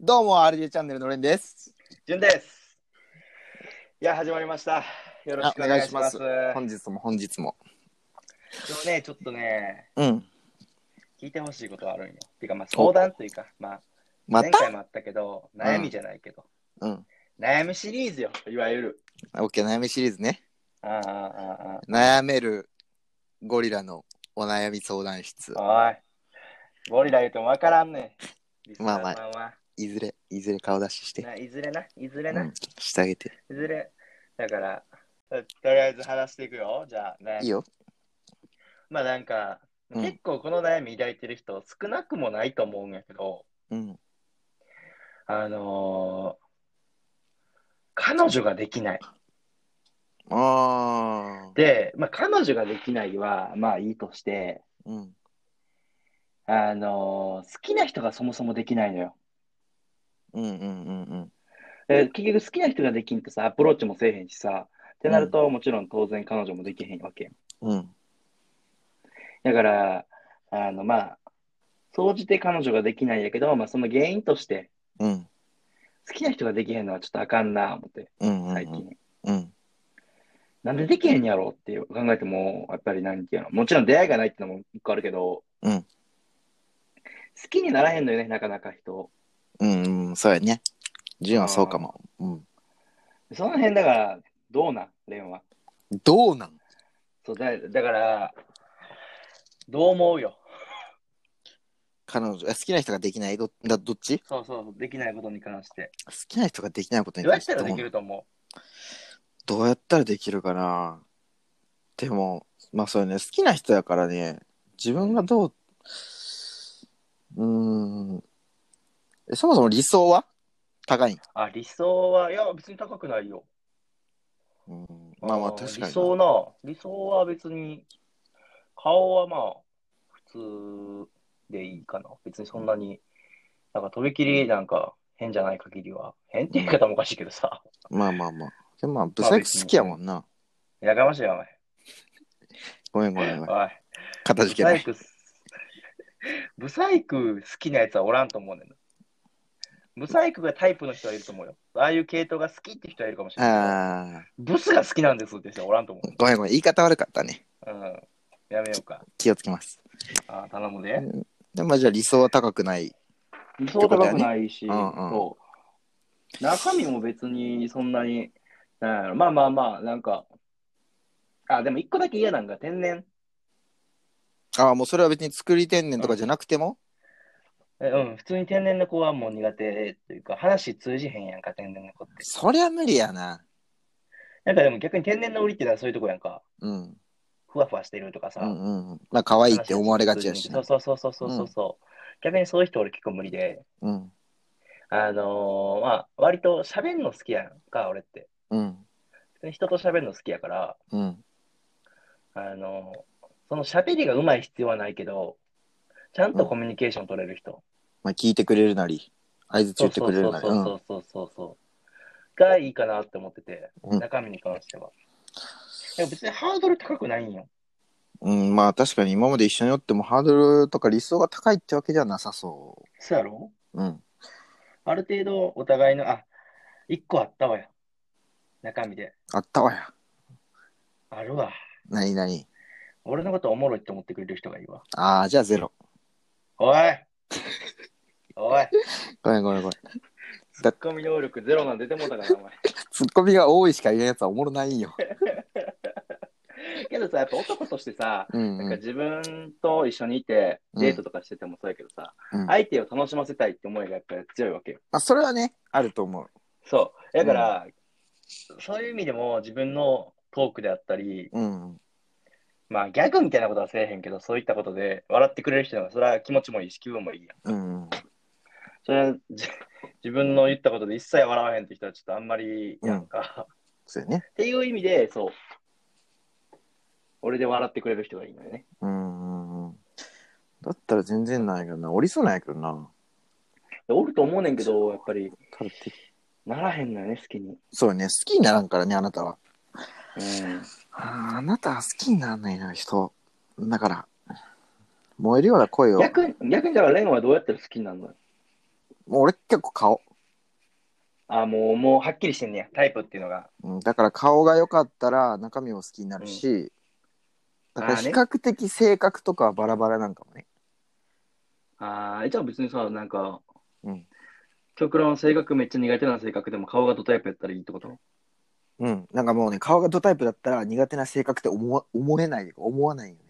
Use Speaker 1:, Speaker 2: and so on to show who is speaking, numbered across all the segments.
Speaker 1: どうも、RJ チャンネルのれんです。
Speaker 2: じゅんです。いや、始まりました。よろしくお願いします。
Speaker 1: あ本日も本日も。
Speaker 2: でもね、ちょっとね、
Speaker 1: うん。
Speaker 2: 聞いてほしいことはあるんよ。てか、まあ、相談というか、まあ、
Speaker 1: ま
Speaker 2: 前
Speaker 1: た
Speaker 2: 回もあったけど、悩みじゃないけど、
Speaker 1: うん。
Speaker 2: 悩みシリーズよ、いわゆる。
Speaker 1: OK、悩みシリーズね。
Speaker 2: ああ、ああ、
Speaker 1: 悩めるゴリラのお悩み相談室
Speaker 2: あ。あ。おい、ゴリラ言うてもわからんねん。リスナ
Speaker 1: ま
Speaker 2: ー
Speaker 1: あまあ
Speaker 2: さんは。
Speaker 1: いずれ、いずれ顔出しして。
Speaker 2: ないずれな、いずれ
Speaker 1: う
Speaker 2: な、
Speaker 1: ん、してあげて。
Speaker 2: いずれ。だから、ととりあえず話していくよ。じゃあね。
Speaker 1: いいよ。
Speaker 2: まあなんか、
Speaker 1: うん
Speaker 2: 結構この悩み抱いてる人少なくもないと思うんやけど、
Speaker 1: うん。
Speaker 2: あのー彼女ができない。
Speaker 1: ああ。
Speaker 2: で、まあ、彼女ができないは、まあいいとして、
Speaker 1: うん。
Speaker 2: あのー好きな人がそもそもできないのよ。
Speaker 1: うんうんうんうん。
Speaker 2: で結局好きな人ができんとさ、アプローチもせえへんしさ、ってなると、もちろん当然彼女もできへんわけよ。
Speaker 1: うん。
Speaker 2: だから、あの、まあ、総じて彼女ができないんやけど、まあその原因として、
Speaker 1: うん。
Speaker 2: 好きな人ができへんのはちょっとあかんな、思って、
Speaker 1: うん。うん
Speaker 2: 最近。。
Speaker 1: うん。
Speaker 2: なんでできへんやろっていう考えても、やっぱり何ていうの、もちろん出会いがないってのも一個あるけど、
Speaker 1: うん
Speaker 2: 好きにならへんのよね、なかなか人。
Speaker 1: うん、うん、そうやね。ジュンはそうかも。うん。
Speaker 2: その辺だから、どうなん、レンは。
Speaker 1: どうなん
Speaker 2: そうだ、だから、どう思うよ。
Speaker 1: 彼女、え好きな人ができないどだどっち好
Speaker 2: そうそう、できないことに関して。
Speaker 1: きな人ができないことに
Speaker 2: どう
Speaker 1: 対
Speaker 2: やっ
Speaker 1: したて
Speaker 2: らで
Speaker 1: どう
Speaker 2: きると思
Speaker 1: どうやったらできるかなでもまあそうね好きな人やからね自分がどううーんえそもそも理想は高いん
Speaker 2: うあ、理想は、いや、別に高くないよ。
Speaker 1: うんまあまあ確かにな
Speaker 2: 理想な、理想は別に、顔はまあ、普通でいいかな。別にそんなに、なんかとびきりなんか変じゃない限りは。変って言い方もおかしいけどさ。
Speaker 1: まあまあまあでもまあブサイク好きやもんな
Speaker 2: やかましいよ、お前。
Speaker 1: ごめんごめんごめん
Speaker 2: おい。
Speaker 1: 片付けない
Speaker 2: ブサイク、ブサイク好きなやつはおらんと思うねんな。ブサイクがタイプの人はいると思うよ。ああいう系統が好きって人はいるかもしれない
Speaker 1: あ
Speaker 2: けど。ブスが好きなんですって人はおらんと思う。
Speaker 1: ーごめんごめん言い方悪かったね
Speaker 2: うん。やめようか。
Speaker 1: 気をつけます
Speaker 2: あー頼むで。
Speaker 1: でもまあじゃあ理想は高くない
Speaker 2: 理想高くないし、
Speaker 1: うんうん
Speaker 2: そう中身も別にそんなに、なんやろまあまあまあ、なんか、あ、でも一個だけ嫌なんか、天然。
Speaker 1: ああもうそれは別に作り天然とかじゃなくても
Speaker 2: えうん、普通に天然の子はもう苦手というか、話通じへんやんか、天然の子って。
Speaker 1: そりゃ無理やな
Speaker 2: なんかでも逆に天然の売りってのはそういうとこやんか、
Speaker 1: うん
Speaker 2: ふわふわしてるとかさ、
Speaker 1: うんうんうんまあ可愛いって思われがちやし
Speaker 2: そ
Speaker 1: な
Speaker 2: うそうそうそうそうそう。逆にそういう人俺結構無理で、
Speaker 1: うん
Speaker 2: あのーまあ、割と喋んの好きやんか、俺って。
Speaker 1: うん
Speaker 2: 普通に人と喋るの好きやから、
Speaker 1: うん
Speaker 2: あの、その喋りが上手い必要はないけど、ちゃんとコミュニケーション取れる人。
Speaker 1: まあ、聞いてくれるなり、合図
Speaker 2: そ
Speaker 1: 打
Speaker 2: う
Speaker 1: って
Speaker 2: そ
Speaker 1: く
Speaker 2: う
Speaker 1: れ
Speaker 2: そ
Speaker 1: る
Speaker 2: う
Speaker 1: なり。う
Speaker 2: そ
Speaker 1: ん
Speaker 2: うそうそうそう。がいいかなって思ってて、
Speaker 1: うん
Speaker 2: 中身に関しては。でも別にハードル高くないんよ。
Speaker 1: うん、まあ確かに今まで一緒におってもハードルとか理想が高いってわけじゃなさそ
Speaker 2: そうやろ
Speaker 1: う。うん。
Speaker 2: ある程度お互いの、あ、一個あったわよ。中身で。
Speaker 1: あったわや。
Speaker 2: あるわ。
Speaker 1: なになに。
Speaker 2: 俺のことおもろいって思ってくれる人がいいわ。
Speaker 1: ああ、じゃあゼロ。
Speaker 2: おいおい
Speaker 1: ごめんごめんごめん。
Speaker 2: ツッコミ能力ゼロなん出てもうたからなお前。
Speaker 1: ツッコミが多いしか言えんやつはおもろ ないんよ。
Speaker 2: けどさ、やっぱ男としてさ、
Speaker 1: うん、
Speaker 2: な
Speaker 1: うん
Speaker 2: か
Speaker 1: ん。
Speaker 2: 自分と一緒にいて、
Speaker 1: うん
Speaker 2: デートとかしててもそうやけどさ、
Speaker 1: うん
Speaker 2: 相手を楽しませたいって思いがやっぱり強いわけよ。
Speaker 1: まあそれはね、あると思う。
Speaker 2: そう。だから、そういう意味でも自分のトークであったり、
Speaker 1: うん。
Speaker 2: まあギャグみたいなことはせえへんけど、そういったことで笑ってくれる人が、それは気持ちもいいし、気分もいいやん。
Speaker 1: うん。
Speaker 2: それはじ自分の言ったことで一切笑わへんって人はちょっとあんまりやんか。
Speaker 1: そうやね。
Speaker 2: っていう意味で、そう。俺で笑ってくれる人がいいのよね。
Speaker 1: うんうんうん。だったら全然ないけどな。おりそうなんやけどな。
Speaker 2: でおると思うねんけど、やっぱり、
Speaker 1: ただて
Speaker 2: ならへんのよね、好きに。
Speaker 1: そうね。好きにならんからね、あなたは。
Speaker 2: うん。
Speaker 1: あーあなたは好きにならないな人だから燃えるような声を
Speaker 2: 逆に、逆にだから、レンはどうやったら好きになるのよ。
Speaker 1: もう俺結構顔、
Speaker 2: あ、もう、もうはっきりしてんねや。タイプっていうのが。
Speaker 1: うん、だから顔が良かったら中身も好きになるし、だから
Speaker 2: あー
Speaker 1: 比
Speaker 2: ね
Speaker 1: 較的性格とかはバラバラなんかもね。
Speaker 2: ああ、じゃあ別にさ、なんか、
Speaker 1: うん。
Speaker 2: 極論性格めっちゃ苦手な性格でも顔がドタイプやったらいいってこと
Speaker 1: うん。なんかもうね、顔がドタイプだったら苦手な性格って思わ思えない、思わないよね。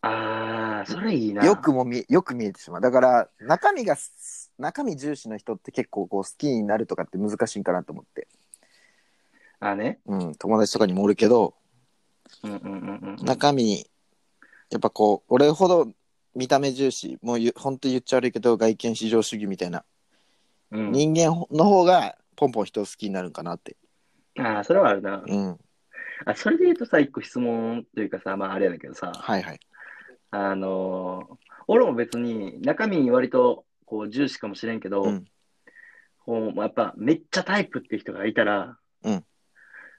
Speaker 2: ああ、それいいな。
Speaker 1: よくも見え、よく見えてしまう。だから中身がす、中身重視の人って結構こう好きになるとかって難しいんかなと思って。
Speaker 2: あーね。
Speaker 1: うん。友達とかにもおるけど、
Speaker 2: うんうんうんうん。
Speaker 1: 中身、やっぱこう、俺ほど見た目重視、もうゆほんと言っちゃ悪いけど、外見至上主義みたいな
Speaker 2: うん、
Speaker 1: 人間の方がポンポン人を好きになるんかなって。
Speaker 2: ああ、それはあるな。
Speaker 1: うん。
Speaker 2: あ、それで言うとさ、一個質問というかさ、まああれやだけどさ、
Speaker 1: はいはい。
Speaker 2: あのー俺も別に中身割とこう重視かもしれんけど、
Speaker 1: うん
Speaker 2: こうやっぱめっちゃタイプって人がいたら、
Speaker 1: うん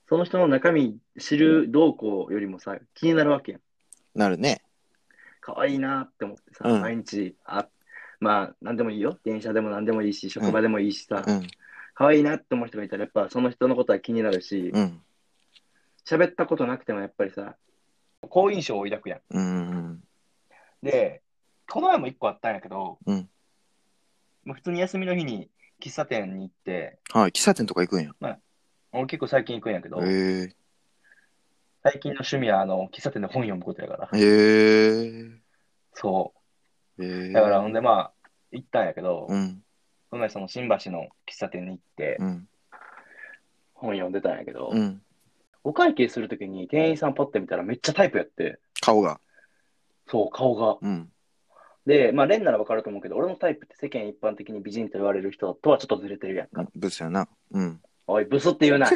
Speaker 2: その人の中身知る動向よりもさ、気になるわけやん。
Speaker 1: なるね。
Speaker 2: 可愛いなって思ってさ、
Speaker 1: うん
Speaker 2: 毎日、あ、まあ何でもいいよ。電車でも何でもいいし、職場でもいいしさ、
Speaker 1: うん。
Speaker 2: 可愛いなって思う人がいたらやっぱその人のことは気になるし、
Speaker 1: うん。
Speaker 2: 喋ったことなくてもやっぱりさ、好印象を抱くやん。
Speaker 1: うん。
Speaker 2: で、この前も一個あったんやけど、
Speaker 1: うん
Speaker 2: もう普通に休みの日に喫茶店に行って、
Speaker 1: はい。喫茶店とか行くんや。
Speaker 2: 俺結構最近行くんやけど、
Speaker 1: へ
Speaker 2: 最近の趣味はあの喫茶店で本読むことやから
Speaker 1: え。。へ
Speaker 2: そ
Speaker 1: え。へ
Speaker 2: う。
Speaker 1: え。
Speaker 2: だからほんでまあ、行ったんやけど、
Speaker 1: うん。
Speaker 2: この前その新橋の喫茶店に行って、
Speaker 1: うん。
Speaker 2: 本読んでたんやけど、
Speaker 1: うん。
Speaker 2: お会計するときに店員さんパッて見たらめっちゃタイプやって、
Speaker 1: 顔が。
Speaker 2: そう、顔が。
Speaker 1: うん。
Speaker 2: で、まあ、レンならわかると思うけど、俺のタイプって世間一般的に美人と言われる人とはちょっとずれてるやんか。
Speaker 1: ブスやな。うん。
Speaker 2: おい、ブスって言 うな。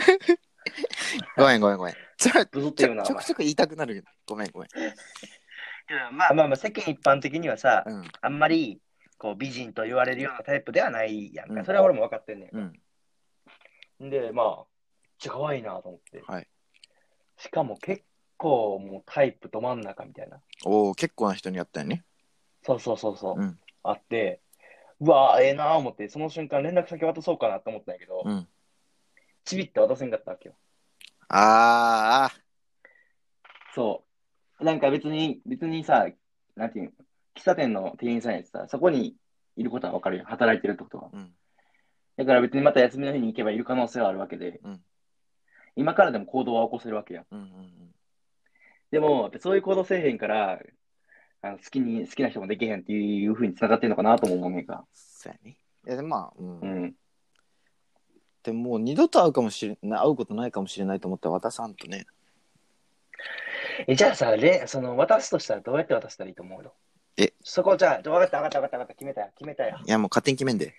Speaker 1: ごめんごめんごめん。ちょ、
Speaker 2: ブスっ
Speaker 1: ち
Speaker 2: て言うな
Speaker 1: ょ、
Speaker 2: お
Speaker 1: ちょ
Speaker 2: 前
Speaker 1: くちょく言いたくなるけど。ごめんごめん。
Speaker 2: まあまあまあ世間一般的にはさ、
Speaker 1: うん。
Speaker 2: あんまりこう美人と言われるようなタイプではないやんか。
Speaker 1: うん
Speaker 2: それは俺も分かってんね
Speaker 1: うん。
Speaker 2: ん。で、まあ、めっちゃ可愛いなと思って。
Speaker 1: はい。
Speaker 2: しかも結構もうタイプど真ん中みたいな。
Speaker 1: おお、結構な人にやったよね。
Speaker 2: そうそうそうそう。
Speaker 1: うん
Speaker 2: あって、うわーええなー思って、その瞬間連絡先渡そうかなと思ったんやけど、
Speaker 1: うん。
Speaker 2: ちびって渡せんかったわけよ。
Speaker 1: あー
Speaker 2: そう。なんか別に、別にさ、なんていうん喫茶店の店員さんやってさ、そこにいることは分かるよ。働いてるってことは
Speaker 1: あ。ー。うん。
Speaker 2: だから別にまた休みの日に行けばいる可能性はあるわけで、
Speaker 1: うん
Speaker 2: 今からでも行動は起こせるわけや。
Speaker 1: うんうん
Speaker 2: でも、そういう行動せえへんから、あの好きに、好きな人もできへんっていうふうに繋がってんのかなとも思うねんか。
Speaker 1: そうやね。いやでもまあ、う。
Speaker 2: うんん。
Speaker 1: でももう二度と会うかもしれない、会うことないかもしれないと思ったら渡さんとね。
Speaker 2: え、じゃあさ、れその渡すとしたらどうやって渡したらいいと思うの
Speaker 1: え
Speaker 2: そこじゃあ、分かった分かった分かった分かった、決めたよ、決めたよ。
Speaker 1: いやもう勝手に決めん で。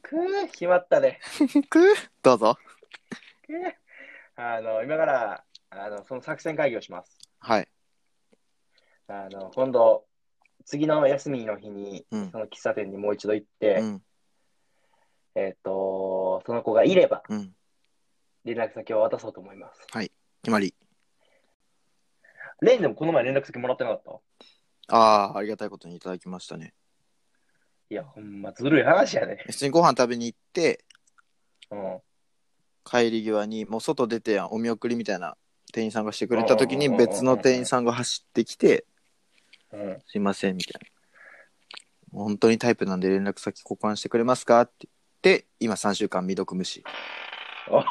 Speaker 2: くー、決まったね。
Speaker 1: くーどうぞ。
Speaker 2: くー。あの、今から、あの、その作戦会議をします。
Speaker 1: はい。
Speaker 2: あの、今度、次の休みの日に、
Speaker 1: うん
Speaker 2: その喫茶店にもう一度行って、
Speaker 1: うん。
Speaker 2: えっ、と、その子がいれば
Speaker 1: うん。
Speaker 2: 連絡先を渡そうと思います。
Speaker 1: 決まり。
Speaker 2: レインでもこの前連絡先もらってなかった
Speaker 1: ああ、ありがたいことにいただきましたね。
Speaker 2: いや、ほんまずるい話やね。
Speaker 1: 普通にご飯食べに行って、
Speaker 2: うん。
Speaker 1: 帰り際に、もう外出てやん、お見送りみたいな店員さんがしてくれた時に、
Speaker 2: うんうんうんうん
Speaker 1: 別の店員さんが走ってきて、
Speaker 2: うん。
Speaker 1: すいません、みたいな。本当にタイプなんで連絡先交換してくれますかって言って、今3週間未読無視。
Speaker 2: おい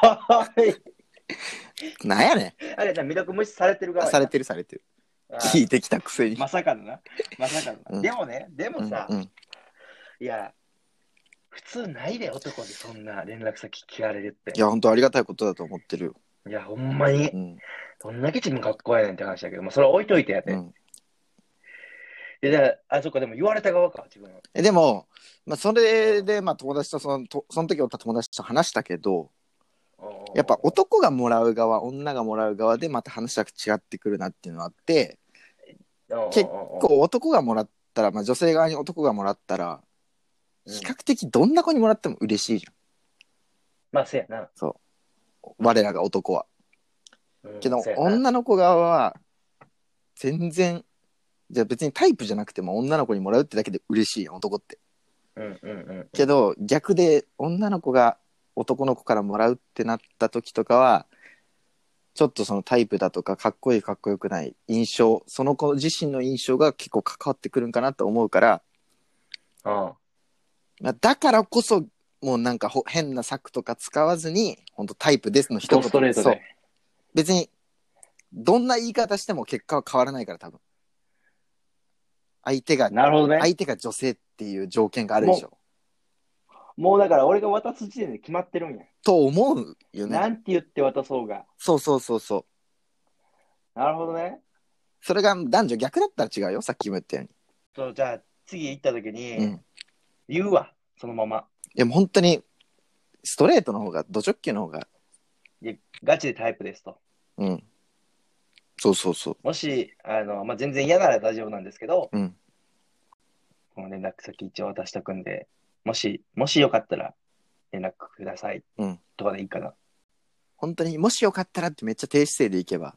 Speaker 1: なんやね
Speaker 2: あれだ、魅力無視されてる
Speaker 1: ん
Speaker 2: 側や
Speaker 1: されてるされてる。
Speaker 2: あー
Speaker 1: 聞いてきたくせに。
Speaker 2: まさかのな。まさかのな。
Speaker 1: うん
Speaker 2: でもね、でもさ、
Speaker 1: うん、うん
Speaker 2: いや、普通ないで男でそんな連絡先聞かれるって。
Speaker 1: いや、本当ありがたいことだと思ってるよ。
Speaker 2: いや、ほんまに
Speaker 1: う、ん。
Speaker 2: どんだけ自分かっこええねんって話だけど、まあ、それは置いといてや
Speaker 1: う
Speaker 2: で。
Speaker 1: ん、
Speaker 2: いやだからあ、そっか、でも言われた側か、自分は。
Speaker 1: えでも、まあ、それで、まあ、友達とその、とその時おった友達と話したけど、
Speaker 2: うん
Speaker 1: やっぱ男がもらう側女がもらう側でまた話が違ってくるなっていうのはあって結、こう男がもらったら、まあ、女性側に男がもらったら
Speaker 2: うん
Speaker 1: 比較的どんな子にもらっても嬉しいじゃ
Speaker 2: まあ、せやな。
Speaker 1: ん我らが男は。
Speaker 2: うん
Speaker 1: けど
Speaker 2: せやな
Speaker 1: 女の子側は全然じゃあ別にタイプじゃなくても女の子にもらうってだけで嬉しいやん男って。
Speaker 2: うんうんうん。
Speaker 1: けど逆で女の子が男の子からもらうってなった時とかはちょっとそのタイプだとかかっこいいかっこよくない印象その子自身の印象が結構関わってくるんかなと思うから、
Speaker 2: あ
Speaker 1: まあ、だからこそもうなんかほ変な策とか使わずに本当タイプですの一
Speaker 2: あ。
Speaker 1: 言
Speaker 2: ストレート
Speaker 1: そう
Speaker 2: で。
Speaker 1: 別にどんな言い方しても結果は変わらないから多分相手が
Speaker 2: なるほどね。
Speaker 1: 相手が女性っていう条件があるでしょ
Speaker 2: もうだから俺が渡す時点で決まってるんや。
Speaker 1: と思うよ
Speaker 2: な
Speaker 1: ね
Speaker 2: んて言って渡そうが。
Speaker 1: そうそうそうそう
Speaker 2: なるほどね。
Speaker 1: それが男女逆だったら違うよさっきも言ったよ
Speaker 2: そうじゃあ次行った時
Speaker 1: うに、うん、
Speaker 2: に
Speaker 1: い
Speaker 2: 言うわ、そのまま。
Speaker 1: やもう本当にストレートの方がド直球の方が
Speaker 2: いやガチでタイプですと。
Speaker 1: うんそうそうそう
Speaker 2: もし、あのまあ、全然嫌なら大丈夫なんですけど、
Speaker 1: うん
Speaker 2: この連絡先一応渡しとくんで、もし、もしよかったら連絡ください
Speaker 1: うん
Speaker 2: とかでいいかな。
Speaker 1: 本当にもしよかったらってめっちゃ低姿勢でいけば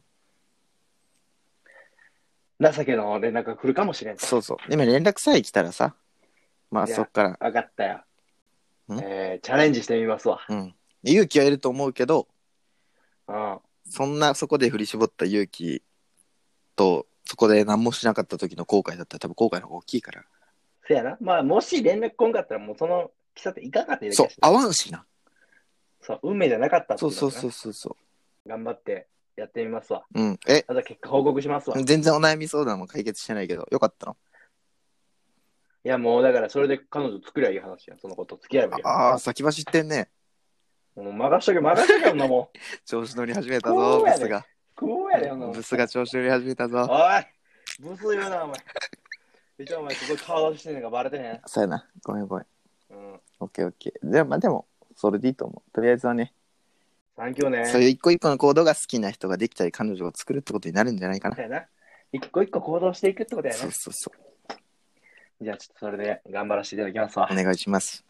Speaker 2: 情けの連絡が来るかもしれんと。
Speaker 1: そうそうでも連絡さえ来たらさまあ
Speaker 2: いや
Speaker 1: そっから
Speaker 2: わかったよ。
Speaker 1: ん
Speaker 2: えーチャレンジしてみますわ。
Speaker 1: うん勇気はいると思うけど
Speaker 2: うん。
Speaker 1: そんなそこで振り絞った勇気とそこで何もしなかった時の後悔だったら多分後悔の方が大きいから
Speaker 2: せやな。まあ、もし連絡来んかったら、もうその喫茶店行かんかったらいいだけ
Speaker 1: そう
Speaker 2: やし
Speaker 1: 合わんしな
Speaker 2: そう、運命じゃなかったってい
Speaker 1: そうう
Speaker 2: のか
Speaker 1: そ
Speaker 2: な
Speaker 1: うそうそうそ
Speaker 2: 頑張ってやってみますわ。
Speaker 1: ううんえ
Speaker 2: また結果報告しますわ。い
Speaker 1: 全然お悩み相談も解決してないけどよかったの
Speaker 2: や、もうだからそれで彼女作りゃいい話やん。そのこと付き合えばいいやん
Speaker 1: ああー、先走ってんね。
Speaker 2: もう任しとけ、任しとけ、女も う。
Speaker 1: 調子乗り始めた
Speaker 2: こ
Speaker 1: ぞ、
Speaker 2: う
Speaker 1: ブ
Speaker 2: やで
Speaker 1: スが。
Speaker 2: こうやで、女も
Speaker 1: ブスが調子乗り始めたぞ。
Speaker 2: おいブス言うな、お前。一応お前、ここ顔出してんのがバレてへん。
Speaker 1: そうやな。ごめんごめん。
Speaker 2: うん。
Speaker 1: オッケーオッケー。でも、まあでも、それでいいと思う。とりあえずはね、
Speaker 2: サンキューね。
Speaker 1: そういう一個一個の行動が好きな人ができたり、彼女を作るってことになるんじゃないかな
Speaker 2: だ。よな。一個一個行動していくってことや
Speaker 1: そ
Speaker 2: な
Speaker 1: う。そうそう。
Speaker 2: じゃあ、ちょっとそれで頑張らせていただきますわ
Speaker 1: お。願いします。